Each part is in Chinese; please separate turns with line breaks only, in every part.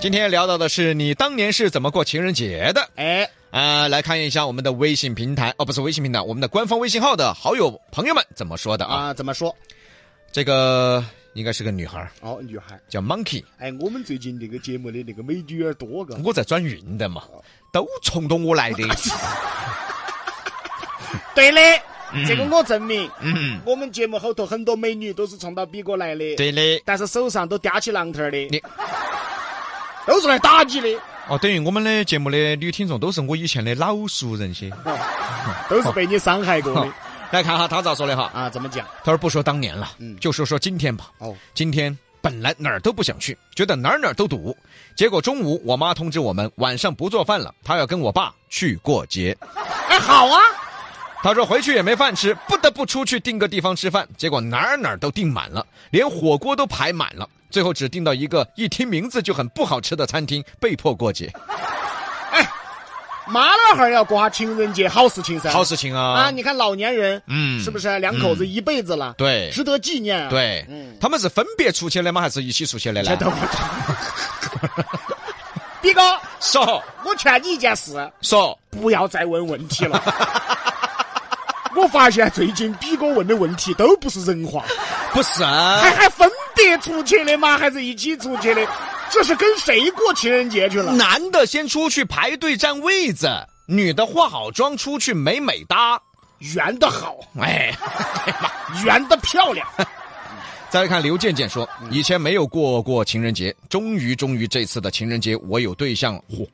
今天聊到的是你当年是怎么过情人节的？
哎，
啊、来看一下我们的微信平台，哦，不是微信平台，我们的官方微信号的好友朋友们怎么说的啊？
啊，怎么说？
这个应该是个女孩儿，
哦，女孩，
叫 Monkey，
哎，我们最近这个节目的那个美女儿多个，
我在转运的嘛，都冲着我来的。
对的，这个我证明，
嗯，
我们节目后头很多美女都是冲到比过来的，，
对的，
但是手上都叼起榔头儿的
你，
都是来打你的，
哦，等于我们的节目的女听众都是我以前的老熟人些。
哦都是被你伤害过的
来看哈，他咋说的哈？
啊？怎么讲？
他说不说当年了，
嗯
就说说今天吧。
哦，
今天本来哪儿都不想去，觉得哪儿哪儿都堵，结果中午我妈通知我们晚上不做饭了，她要跟我爸去过节。
哎，好啊，
她说回去也没饭吃，不得不出去订个地方吃饭。结果哪儿哪儿都订满了，连火锅都排满了，最后只订到一个一听名字就很不好吃的餐厅，被迫过节。
妈老汉儿要过下情人节，好事情噻，
好事情啊！
啊！你看老年人，
嗯
是不是两口子一辈子了？
对
值得纪念啊。
对，
嗯
他们是分别出去的吗？还是一起出去的呢
这？都不懂。 比哥，
说
我劝你一件事，
说，
不要再问问题了。 我发现最近比哥问的问题都不是人 话，
不是啊，
还还分别出去的吗？还是一起出去的？这是跟谁过情人节去了？
男的先出去排队占位子，女的化好妆出去美美哒。
圆的好，
哎，
圆的漂 亮。
再来看刘健健说，以前没有过过情人节，终于终于这次的情人节我有对象，嚯，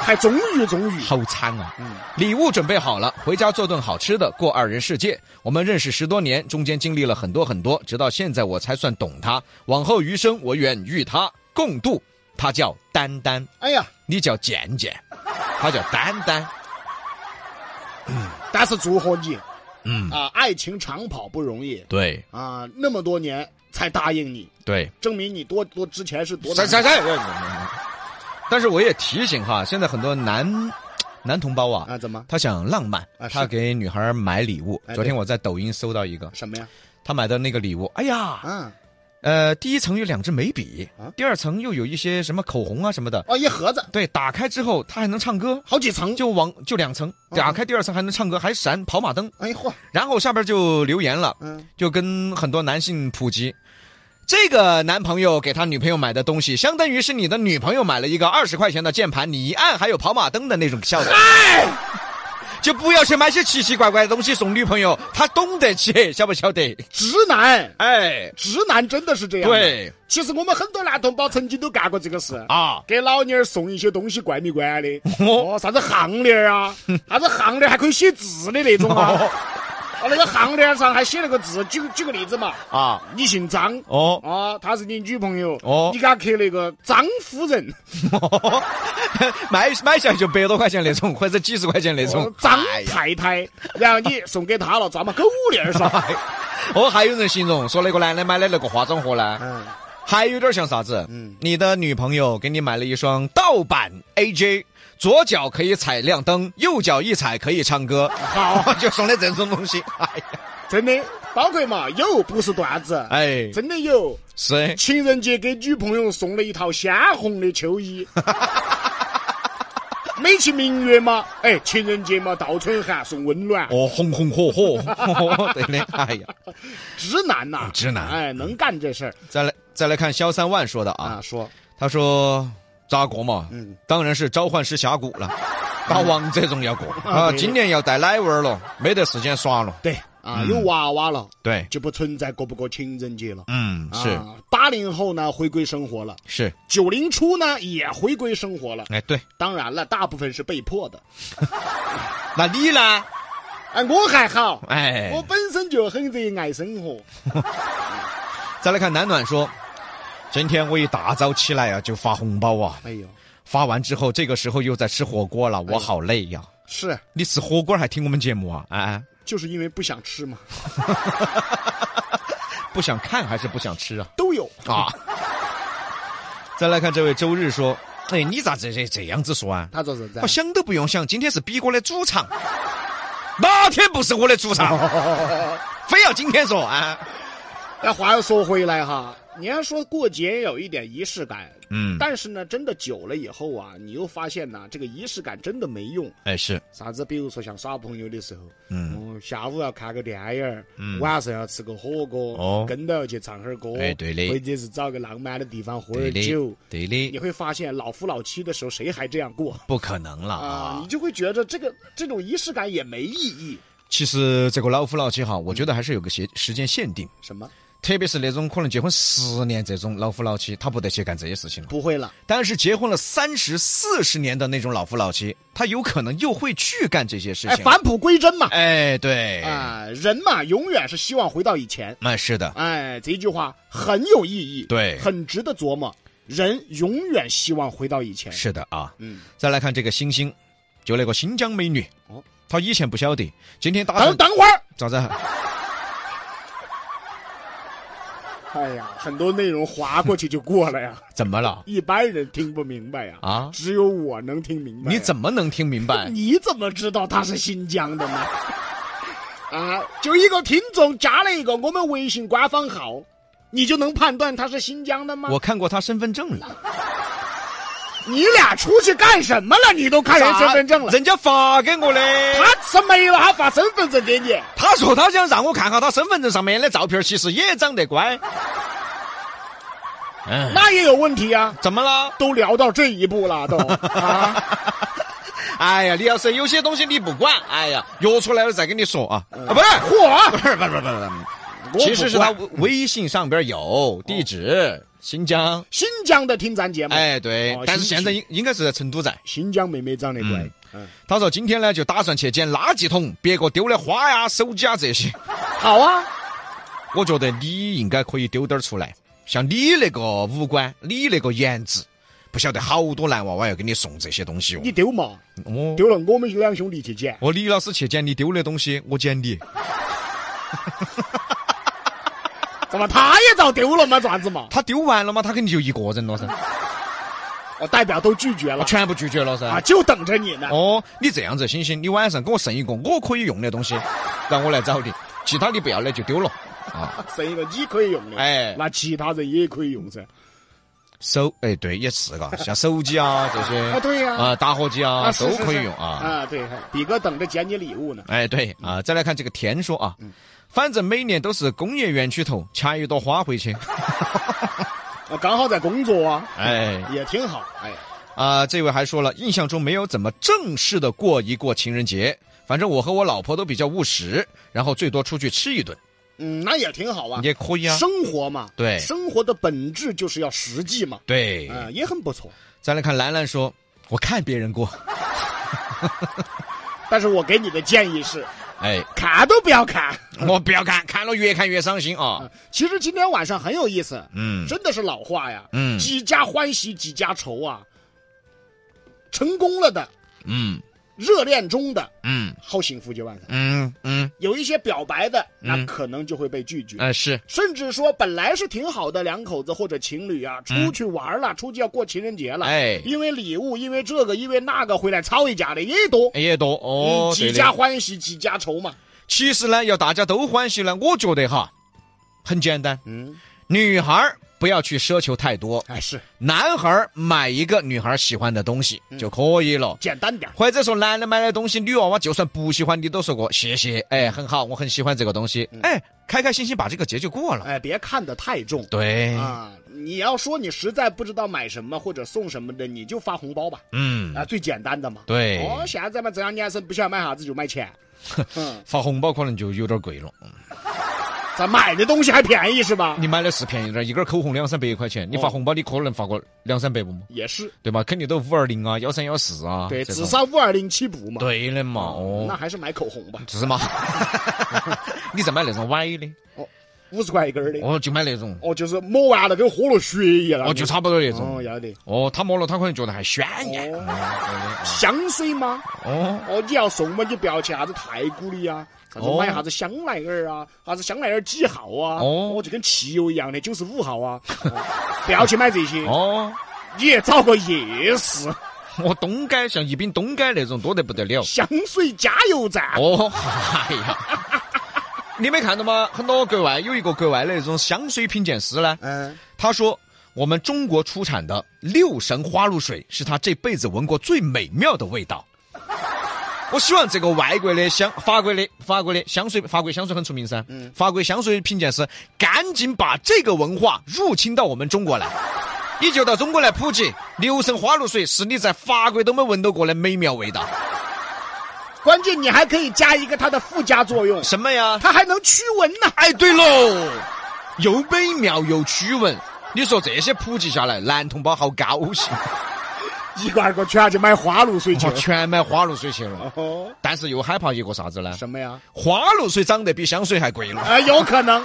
还终于终于，
好惨啊！礼物准备好了，回家做顿好吃的，过二人世界。我们认识十多年，中间经历了很多很多，直到现在我才算懂他。往后余生，我愿与他共度。他叫丹丹，
哎呀，
你叫健健，他叫丹丹。
但是祝贺你
嗯，
啊！爱情长跑不容易
对
啊，那么多年才答应你，
对。
证明你多多之前是多
在在在。哎但是我也提醒哈，现在很多男男同胞啊，
啊？怎么
他想浪漫
啊，是
他给女孩买礼物。
哎
昨天我在抖音搜到一个，
什么呀？
他买的那个礼物，哎呀，
啊，
呃，第一层有两支眉笔
啊，
第二层又有一些什么口红啊什么的。
哦，一盒子
对，打开之后它还能唱歌，
好几层，
就往就两层，
哦
打开第二层还能唱歌，还闪跑马灯。
哎嚯，
然后下边就留言了，
嗯，
就跟很多男性普及，这个男朋友给他女朋友买的东西，相当于是你的女朋友买了一个二十块钱的键盘，你一按还有跑马灯的那种效果。
哎
就不要去买些奇奇怪怪的东西送女朋友，她懂得起，晓不晓得？
直男，
哎，
直男真的是这样。，
对
其实我们很多男同胞曾经都干过这个事。
啊，
给老娘儿送一些东西怪迷怪的，
哦
哦，啥子项链 儿啊，啥子项链儿还可以写字的那种啊，
哦
哦，那个项链儿上还写了个字，举举个例子嘛，
啊，
你姓张，
哦，
啊，她是你女朋友，
哦
你给她刻了一个张夫人，
买买下来就百多块钱那种，或者几十块钱那
哦
种。哎
张太太，然后你送给她了，咱们狗链儿 上，
哦，还有人形容说那个男的买的那个化妆盒呢，
嗯，
还有点像啥子？
嗯
你的女朋友给你买了一双盗版 AJ，左脚可以踩亮灯，右脚一踩可以唱歌，
好，
就送的这种东西。哎呀，
真的，包括嘛，有不是段子，
哎，
真的有。
是
情人节给女朋友送了一套鲜红的 秋衣，美其名曰嘛，哎，情人节嘛，倒春寒送温暖，
哦，红红火火， 对的。哎呀，
直男呐、
直男
哎，能干这事儿
再来再来看萧三万说的嗯啊，
啊，说，
他说咋过嘛？
嗯，
当然是召唤师峡谷了，打王者荣耀过
啊
啊，
对
今年要带奶娃儿了，没得时间耍了。
对
嗯
啊，有娃娃了，
对，
就不存在过不过情人节了。
嗯，是
啊，八零后呢回归生活了，
是，
九零初呢也回归生活了。
哎，对，
当然了，大部分是被迫的。
那你呢？
哎，我还好，
哎，
我本身就很热爱生活。
再来看南暖说，今天我一大早起来啊就发红包啊，
哎呦，
发完之后这个时候又在吃火锅了，我好累呀、
是
你吃火锅还听我们节目啊？啊，
就是因为不想吃嘛，
不想看还是不想吃啊？
都有。
啊！再来看这位周日说，哎，你咋这这这样子说啊？
他说是这
我想都不用想，今天是比哥的主 场，哪天不是 我的主场？非要今天说啊？
但话又说回来哈，你要说过节有一点仪式感，
嗯，
但是呢，真的久了以后啊，你又发现呐、这个仪式感真的没用。
哎是，
啥子，比如说像耍朋友的时候，
嗯，
哦，下午要看个电影儿，晚上要吃个火锅，
哦
跟着要去唱会儿歌，
哎对的
或者是找个浪漫的地方喝
对
点酒
的，，对
你
的，
会发现老夫老妻的时候谁还这样过
不可能了
啊、
啊
你！就会觉得这个这种仪式感也没意义。
其实这个老夫老妻哈，
嗯
我觉得还是有个限时间限定，
什么
特别是那种可能结婚十年这种老夫老妻，他不得去干这些事情了。
不会了？
但是结婚了三十四十年的那种老夫老妻，他有可能又会去干这些事
哎，
情。
返璞归真嘛，
哎，对，
啊、人嘛，永远是希望回到以前。
那是的，
哎，这句话很有意义，
对
很值得琢磨。人永远希望回到以前，
是的啊。
嗯，
再来看这个星星，就那个新疆美女
哦，
她以前不晓得，今天打
等
算
等会儿，
咋子？
哎呀，很多内容划过去就过了呀，
怎么了？
一般人听不明哎白呀，哎
啊
只有我能听明白呀。
你怎么能听明白？
你怎么知道他是新疆的呢？ 啊，就一个听众加了一个我们微信官方号，你就能判断他是新疆的吗？
我看过她身份证了，
你俩出去干什么了？你都看哎人身份证了，
人家发给我的。
他吃没了，他发身份证给你。
他说他想让我看下他身份证上面的照片，其实也长得乖。嗯，
那也有问题啊！
怎么了？
都聊到这一 步了，都啊，
哎呀，李老师，有些东西你不管，哎呀，约出来了再跟你说啊。啊，不是，
嚯！
不是，不是，不是，不
我
是，其实是他
不管
微信上边有地址，新疆。
新疆的听咱节目，
哎，对
哦，
但是
新
现在应应该是在成都在。
新疆妹妹长得乖
嗯，
嗯，
他说今天呢就打算去捡垃圾桶，别个丢的花呀、手机啊这些，
好啊，
我觉得你应该可以丢点儿出来。像你那个五官，你那个颜值，不晓得好多男娃娃要给你送这些东西哦
你。丢嘛，
我
丢了我们两兄弟去捡，
我李老师去捡你丢的东西，我捡你。
怎么他也遭丢了嘛？咋子嘛？
他丢完了吗？他肯定就一个人了噻，
啊我代表都拒绝
我
了
全部拒绝了
啊，
噻。
就等着你呢。
哦，你这样子，星星，你晚上给我剩一个我可以用的东西，让我来找你，其他你不要的就丢了啊。
剩一个你可以用的，
哎
那其他人也可以用噻。
手哎，对，也是嘎，像手机啊这些
啊对呀
啊打火机啊
是
都
是是
可以用啊。
啊，对，比哥等着捡你礼物呢。
哎，对
嗯
啊，再来看这个田说啊，反正每年都是工业园区头掐一朵花回 去。
我刚好在工作啊，
哎
也挺好。哎，
啊，这位还说了，印象中没有怎么正式的过一过情人节，反正我和我老婆都比较务实，然后最多出去吃一顿
嗯，那也挺好啊。
也可以啊。
生活嘛，
对
生活的本质就是要实际嘛，
对，
嗯、也很不错。
再来看兰兰说，我看别人过，
但是我给你的建议是，
哎，
看都不要看。
我不要看，看了越看越伤心啊。
其实今天晚上很有意思，
嗯
真的是老话呀，
嗯
几家欢喜几家愁啊。成功了的，
嗯
热恋中的，
嗯
好幸福就完了。
嗯嗯，
有一些表白的，那
嗯
可能就会被拒绝。
哎是，
甚至说，本来是挺好的两口子或者情侣啊，出去玩了，出去要过情人节了，
嗯哎
因为礼物，因为这个，因为那个，回来吵一架的也多。
也多哦
嗯，
对
几
的
家欢喜几家愁嘛。
其实呢，要大家都欢喜呢，我觉得哈，很简单，
嗯，
女孩儿不要去奢求太多，
哎，是
男孩儿买一个女孩儿喜欢的东西
嗯
就可以了。
简单点儿。
或者说，男的买的东西，女娃娃就算不喜欢，你都说过谢谢，
嗯
哎，很好，我很喜欢这个东西，哎，开开心心把这个节就过了。
哎，别看得太重
对，
啊！你要说你实在不知道买什么或者送什么的，你就发红包吧，
嗯，哎
啊，最简单的嘛。
对
哦，现在嘛，这样年生不晓得买啥子就买钱，嗯，
发红包可能就有点贵
啊
了。
咱买的东西还便宜是吧？
你买的是便宜点儿，一根口红两三百块钱，你发
哦
红包你可能发个两三百不嘛，
也是，
对吧？肯定都五二零啊，幺三幺四啊，
对，
嗯这
至
种
少五二零起步嘛。
对的嘛，哦，
那还是买口红吧，
是吗？你再买那种歪的，
五十块一根儿的。
我就买那种，
哦，就是抹完了跟喝了血一样。
我就差不多那
哦，
种。
要得。
哦，他摸了，他可能觉得还鲜艳。
哦
嗯对
香水吗？
的哦，
哦，你要送嘛，你不要去啥子太古里啊，啥子
哦
买啥子香奈儿啊，啥子香奈儿几号啊？
哦
就跟汽油一样的九十五号啊， 哦不要去买这些，
哦，
你也找个夜市
我东街像宜宾东街那种多得不得了。
香水加油站。
哦，哎呀，你没看到吗？很多国外有一个国外的那种香水品鉴师呢，
嗯，
他说我们中国出产的六神花露水是他这辈子闻过最美妙的味道。我希望这个外国的香，法国的法国的香水，法国香水很出名噻。嗯，法国香水品鉴师赶紧把这个文化入侵到我们中国来，你就到中国来普及六神花露水是你在法国都没闻到过的美妙味道。
关键你还可以加一个它的附加作用，
什么呀？
它还能驱蚊呢。
哎，对喽，又美妙又驱蚊。你说这些普及下来，男同胞好高兴，
一个二个全去买花露水去
就。全买花露水去了。
哦，
但是又害怕一个啥子呢？
什么呀？
花露水涨得比香水还贵了。
啊，有可 能。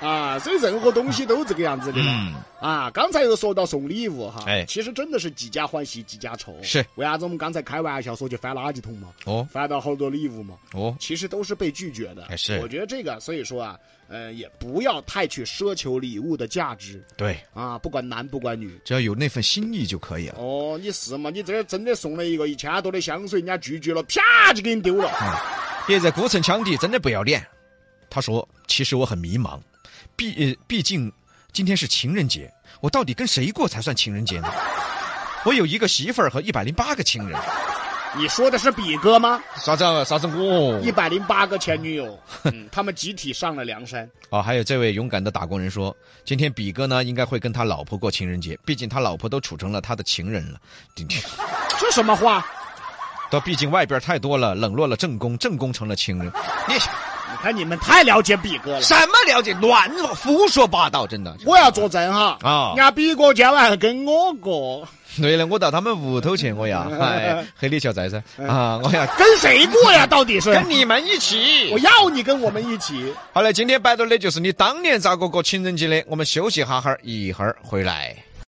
啊，所以任何东西都这个样子的嘛。
嗯
啊，刚才又说到送礼物哈，
哎
其实真的是几家欢喜几家愁。
是
为啥子我们刚才开玩笑说去翻垃圾桶嘛，
哦
翻到好多礼物嘛，
哦，
其实都是被拒绝的
哎。是
我觉得这个，所以说啊，呃，也不要太去奢求礼物的价值
对，
啊，不管男不管女。
只要有那份心意就可以了。
哦，你是嘛？你这儿真的送了一个一千多的香水，人家拒绝了，啪就给你丢了。
别在孤城抢地，真的不要脸。他说：“其实我很迷茫，毕呃毕竟今天是情人节，我到底跟谁过才算情人节呢？我有一个媳妇儿和一百零八个情人，
你说的是比哥吗？
啥子啊啥子我
一百零八个前女友，嗯，他们集体上了梁山。
哦，还有这位勇敢的打工人说，今天比哥呢应该会跟他老婆过情人节，毕竟他老婆都处成了他的情人了。
这什么话？
到毕竟外边太多了，冷落了正宫，正宫成了情人。你
你看你们太了解比哥了。
什么了解？乱说胡说八道，真的。
我要作证哈，
啊
人家比哥今晚还跟我过，
对了，我到他们屋头去，我呀，哎，黑李小寨噻，啊，我要
跟谁过呀？到底是？
跟你们一起
我。要你跟我们一起。
好了，今天摆到的就是你当年咋个过情人节的，我们休息哈哈儿，一会儿回来。